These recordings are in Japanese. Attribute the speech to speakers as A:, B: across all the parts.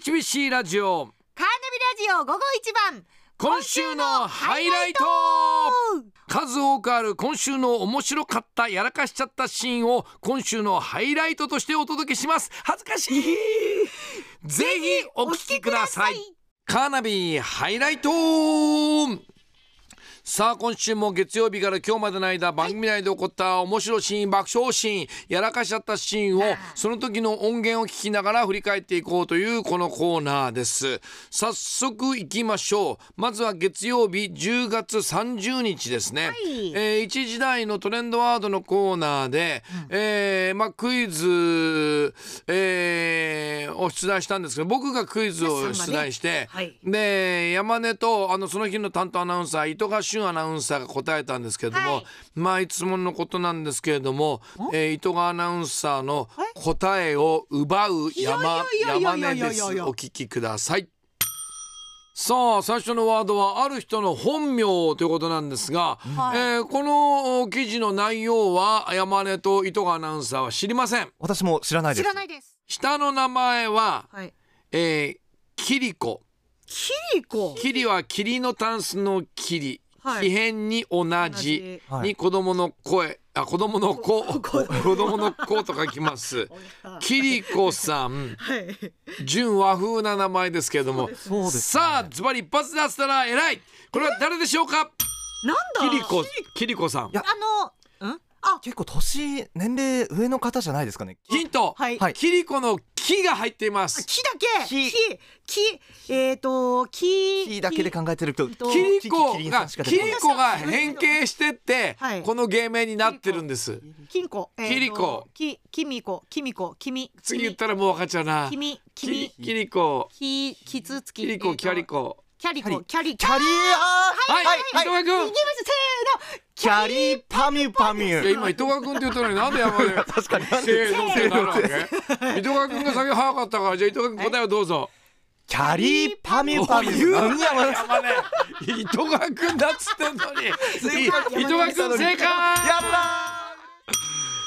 A: HBC ラジオ
B: カーナビラジオ午後一番
A: 今週のハイライト数多くある今週の面白かったやらかしちゃったシーンを今週のハイライトとしてお届けします恥ずかしいぜひお聞きくださいカーナビハイライトさあ今週も月曜日から今日までの間番組内で起こった面白シーン爆笑シーンやらかしちゃったシーンをその時の音源を聞きながら振り返っていこうというこのコーナーです早速いきましょうまずは月曜日10月30日ですね、
B: い
A: えー一時代のトレンドワードのコーナーで、えーまあ、クイズ、えーを出題したんですけど僕がクイズを出題して、
B: はい
A: で山根とあのその日の担当アナウンサー糸賀俊アナウンサーが答えたんですけれども、
B: はい
A: まあいつものことなんですけれども、えー、糸賀アナウンサーの答えを奪う山
B: いやいや
A: 山
B: いや
A: 根
B: いや
A: で
B: い
A: す
B: やいや
A: お聞きください。さあ最初のワードはある人の本名ということなんですが、
B: はい
A: えーこの記事の内容は山根と糸川アナウンサーは知りません
C: 私も知らないで
B: 知
C: す。
B: らないです
A: 下の名前は、
B: はい
A: えー、キリコ
B: キリコ
A: キリは霧のタンスの霧、
B: はい
A: 奇変に同
B: 同
A: じ
C: はい
A: に子供の声あ子供の子子供の子と書きますキリコさん
B: はい
A: 純和風な名前ですけれども
C: そうですね
A: さあズバリ一発で当てたら偉いこれは誰でしょうか
B: なん
A: キ
B: だ
A: リコキリコさん
C: や
B: あのんあ
C: 結構年年齢上の方じゃないですかね。
A: ヒント、
B: はい
C: はい
A: キリコの木が入っています
B: 木だけ
C: 木
B: 木木えっと木
C: キーだけで考えてると、
B: と
A: キリ
C: キ
A: コ
C: キリンさ
A: が
C: んしか
A: キ
C: 出てこない
A: リコが変形してって、
B: はい
A: この芸名になってるんです
B: 金庫えーと
A: キリコ
B: きキミコキミコキミ
A: 次言ったらもう分かっちゃうな
B: キミキ
A: キ
B: ミ
A: キリコ
B: キキツツキ
A: キリコキャリコ
B: キャリコキャリ
C: キャリーあ
A: はい
C: はい
A: 糸川
B: い
A: 君
B: きますせーの
C: キャリーパミュパミ
A: いや
C: ュ。
A: 今糸川君って言ったのになんで山根 確かにせーのってなるわ け糸川君が先早かったからじゃあ糸川君答えをどうぞ
C: キャリーパミュパミ
A: 言う
C: ュ。
A: な
C: 何やまや
A: 山根糸川君だっつってんのにい糸川君正解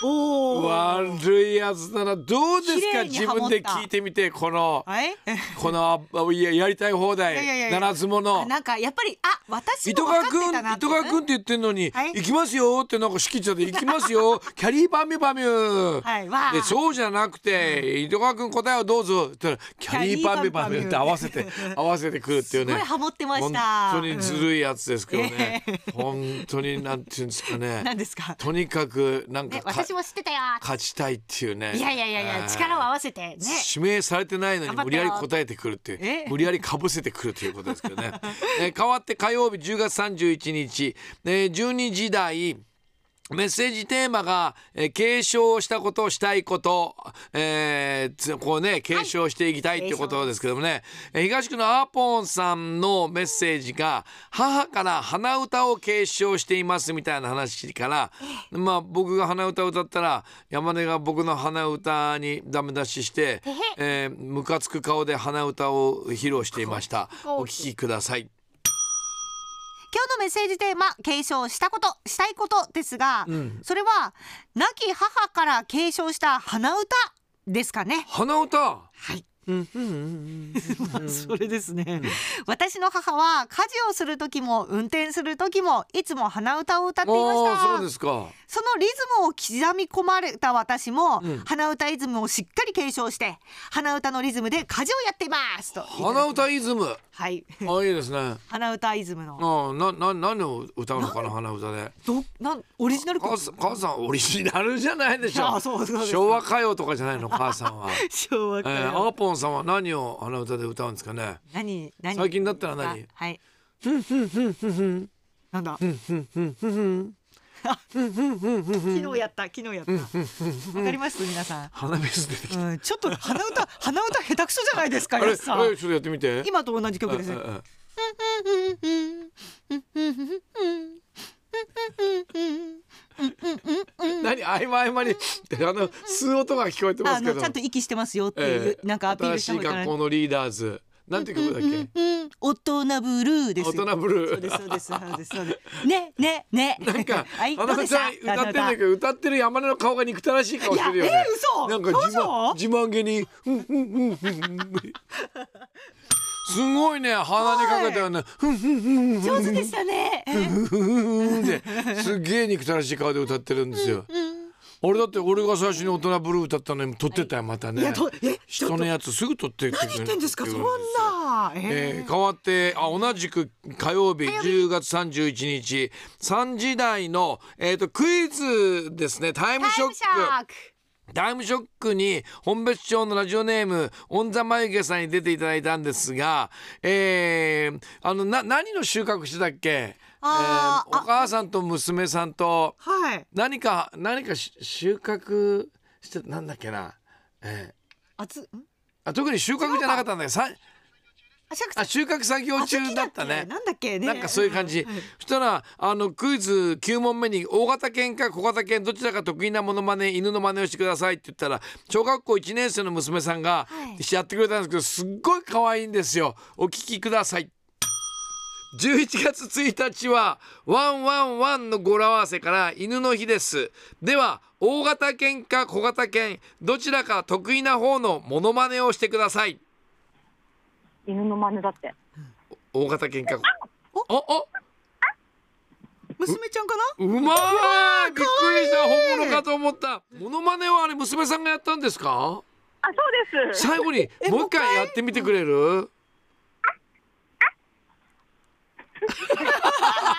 B: おお
A: 悪いやつだなどうです
B: 綺
A: か
B: 麗に
A: 自分で
B: ハモった
A: 聞いてみてこの
B: はい
A: このあいややりたい放題
B: いやいやいやいや
A: ならず者
B: なんかやっぱりあ私
A: 糸
B: も分
A: 川
B: かっ
A: 君
B: てたなって
A: 糸川君って言ってんのに、
B: はい
A: 行きますよってなんか仕切っちゃって行きます よキャリーバミュバミュ、
B: はいわあ
A: でそうじゃなくて、糸川君答えをどうぞって言ったらキャリーバミュバミュって合わ せて合わせてくるっていう
B: す
A: ね
B: ごいハモってま
A: 本
B: した
A: 当にずるいやつですけどね、
B: うん
A: 本当になんていうんですか
B: う
A: ね
B: ん何ですか
A: とにかくなんか
B: ね
A: か
B: 私も知ってたよ
A: 勝ちたいっていうね
B: いやいやいやい
A: え
B: や
A: ー
B: 力を合わせてね
A: 指名されてないのに
B: 頑張ったよ
A: 無理やり答えてくるってい
B: え
A: う無理やりかぶせてくるということですけどね、 えー変わって火曜日10月31日、えー12時台メッセージテーマが、えー継承したことしたいこと、えーつこうね継承していきたいということですけどもね、えー東区のアポンさんのメッセージが母から鼻歌を継承していますみたいな話から、まあ僕が鼻歌を歌ったら山根が僕の鼻歌にダメ出しして、えームカつく顔で鼻歌を披露していましたお聞きください
B: 今日のメッセージテーマ継承したことしたいことですが、
A: ん
B: それは亡き母から継承した鼻歌ですかね
A: 鼻歌
B: はい
A: うんうんうん
B: それですね私の母は家事をする時も運転する時もいつも鼻歌を歌っていました
A: あーそうですか
B: そのリズムを刻み込まれた私も、
A: ん
B: 鼻歌イズムをしっかり継承して鼻歌のリズムで家事をやっていますと
A: 鼻歌イズム
B: はい
A: あいいですねあ
B: 鼻歌イズムの
A: あなな何を歌うのかな鼻歌で
B: どなんオリジナル曲
A: 母さん母さんオリジナルじゃないでし
B: あ
A: ょ
B: ーそうそうです
A: 昭和歌謡とかじゃないの母 さんは、
B: 昭和
A: え
B: 歌謡
A: ー、アーポンさんは何を鼻歌で歌うんですかね
B: 何何
A: 最近だったら何
B: はいなんだ あ昨日やった昨日やったわかります皆さん
A: 鼻水出てきた
B: うんちょっと鼻歌鼻歌下手くそじゃないですか
A: あれ
B: やすさ
A: あ
B: ん
A: れちょっとやってみて
B: 今と同じ曲です
A: うんうんうん 何合間合間にあの吸う音が聞こえてま
B: あ
A: すけ
B: の
A: ど
B: ちゃんと息してますよっていうなんかアピールした
A: 新
B: 方
A: しい
B: がいい
A: 学
B: かな
A: 校のリーダーズなんて曲だっけ
B: うん大人ブルーです
A: 大
B: よ
A: 人ブ
B: そ
A: ル
B: うですそう
A: ー。
B: ですそうですそうですねねね
A: なんか、
B: はい
A: あ
B: どうで
A: な
B: したた
A: さん歌ってるんだけど、歌ってる山根の顔が憎たらしい顔
B: い
A: し
B: や
A: てるよね。
B: え嘘
A: なんか自慢
B: 嘘
A: 自慢げに、ふんふんふんふんふん。すごいね、鼻にかけたような、ふんふんふんふん
B: 上手でしたね
A: ふんふんって、すっげえ憎たらしい顔で歌ってるんですよ。俺だって俺が最初に大人ブルー歌ったのに撮ってたよまたね、
B: いやとえち
A: 人
B: ょっと
A: のやつすぐ撮って何
B: 何言ってんですかそんな
A: え
B: え
A: ー変わってあ同じく火曜日
B: 曜日
A: 10月31日3時台の、えー、とクイズですねタイ
B: タ
A: ムショッ
B: イム
A: ク
B: ショック
A: タイムショックに本別町のラジオネームオンザ眉毛さんに出ていただいたんですが、えーあのな何の収穫してたっけ
B: あー
A: えー
B: あ
A: お母さんと娘さんと
B: はい
A: 何か何かし収穫してなんだっけな、えー
B: あつん
A: あ特に収穫じゃなかったんだけどさ
B: あしゃくさ
A: あ
B: ん
A: 収穫作業中だった
B: あ
A: ね。
B: なんだっけね
A: なんかそういう感じ。そしたらあのクイズ9問目に大型犬か小型犬どちらか得意なモノマネ犬の真似をしてくださいって言ったら小学校1年生の娘さんが
B: はい
A: やってくれたんですけどすっごい可愛いんですよ。お聞きください。11月1日はワンワンワンの語呂合わせから犬の日です。では大型犬か小型犬どちらか得意な方のモノマネをしてください。
D: 犬の真似だって。
A: 大型犬か。
B: お
A: おお
B: 娘ちゃんかな
A: うまいびっくりした本物かと思ったモノマネはあれ娘さんがやったんですか
D: あ、そうです。
A: 最後にもう一回やってみてくれ る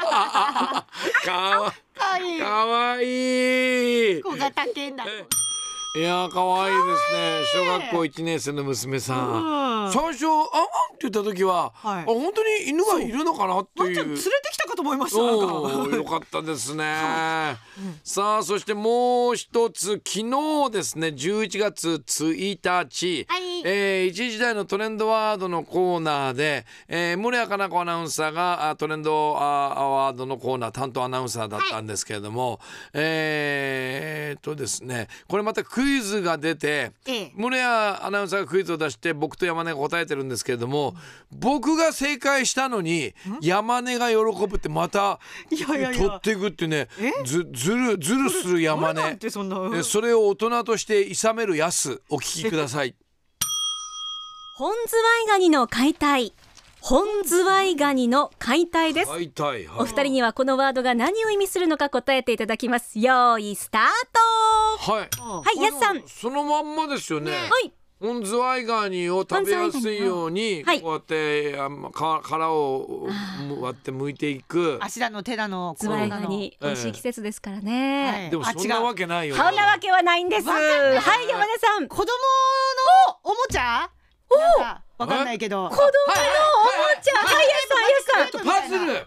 A: かわ
B: 可愛い
A: かわいい
B: 小型犬だ
A: えいやーかわいいですね小学校一年生の娘さん
B: ワ
A: 最初「あんあん」って言った時は、
B: はい
A: あ本当に犬がいるのかなって
B: ンちゃ
A: い
B: ん連れ
A: う
B: てきたかと思いました
A: おー
B: な
A: よ
B: んか
A: かったです ね、さあそしてもう一つ昨日ですね11月1日、
B: はい
A: えー一時代のトレンドワードのコーナーで、えー、森谷加奈子アナウンサーがあトレンドあアワードのコーナー担当アナウンサーだったんですけれども、えーっとですねこれまたクイズが出て
B: ええ
A: 森谷アナウンサーがクイズを出して僕と山根が答えてるんですけれども、僕が正解したのに山根が喜ぶってまた
B: いやいやいや
A: 取っていくってねずずるずるする山
B: 俺
A: 根
B: なんてそんなうん
A: えそれを大人として諌めるやすお聞きください
E: 本ズワイガニの解体。本ズワイガニの解体です。
A: はいはいはい
E: お二人にはこのワードが何を意味するのか答えていただきます。よーい、スタート
A: はい
E: はい、やすさん。は
A: そのまんまですよね
E: い。
A: オンズワイガニを食べやすいように
E: はい
A: こうやってあんまか殻を割って剥いていく
B: 足だの手だの
E: ズワイガニ、
A: うん
E: 美味しい季節ですからね。
A: でもそんなわけないよ
E: そんなわけはないんです。
B: わ
E: は
B: かんない
E: い、山根さん。
B: 子供のおもちゃなんかわかんないけど
E: 子供のおもちゃ。はい、やすさん、やすさん。
A: パズル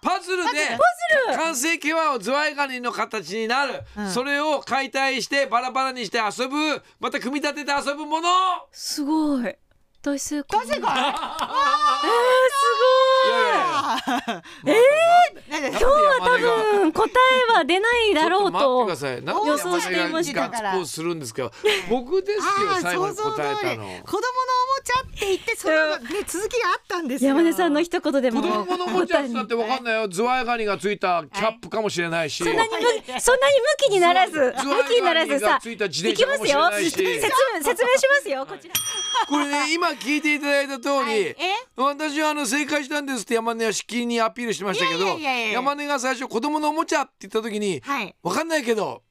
A: パズルで
E: ズル
A: 完成形はズワイガニの形になる、
B: うん
A: それを解体してバラバラにして遊ぶまた組み立てて遊ぶもの
E: すごい。大成功。
B: 大正解
A: いやいやいや
B: ええ
A: 今
E: 今日は多分答えは出ないだろう
A: ちょっ
E: と
A: 待って。くださいなんで
E: 予想していま
A: 山根
E: した
A: がガッツポーズするんですけど僕ですよ
B: ああ
A: 最後
B: 想
A: に
B: 像通
A: 答え
B: り子
A: た
B: 供のお
A: の
B: もちゃって言ってそのね続きがあったんですよ
E: 山根さんの一言で
A: 子
E: も
A: 供のおもちゃってだってわかんないよズワイガニがついたキャップかもしれないし、
E: そんなにむ そんなに向きにならず
A: ズワ
E: 向
A: イ
E: きにならず
A: ズワイガニが
E: さ
A: ついた自
E: 行
A: 転
E: き
A: 車
E: ま
A: かも
E: す
A: しれない
E: よ
A: し
E: 説明説明しますよこちら
A: これね今聞いていただいた通
B: はい
A: り
B: え
A: 私はあの正解したんですって山根はしきりにアピールしてましたけど
B: いやいやいやいや
A: 山根が最初子供のおもちゃって言った時に
B: はい
A: わかんないけど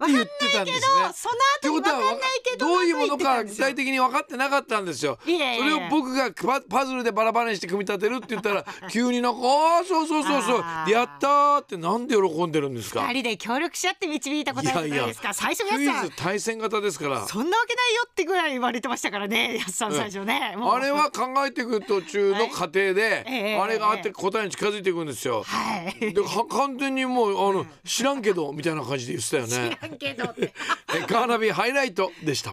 A: って言ってたんですね
B: けどそ
A: とい
B: の
A: うこ
B: 後に
A: とは
B: わかんないけど
A: どういうものか具体
B: 的
A: 的に分かってなかったんですよ。
B: いやいやいや
A: それを僕がパパズルでバラバラにして組み立てるって言 ったら急になんか「ああそうそうそうそう
B: あー
A: やった!」ってなんで喜んでるんですか
B: 二人で協力し合って導いた答えじゃないですか最初
A: クイ
B: やっさん
A: ズ対戦型ですから
B: そんなわけないよってぐらい言われてましたからねやっさん最初ねもう
A: あれは考えていく途中の過程で、
B: ええ
A: あれがあって答えに近づいていくんですよ。
B: はい
A: では完全にもうあの知らんけどみたいな感じで言ってたよね。
B: けどって
A: えカーナビハイライトでした。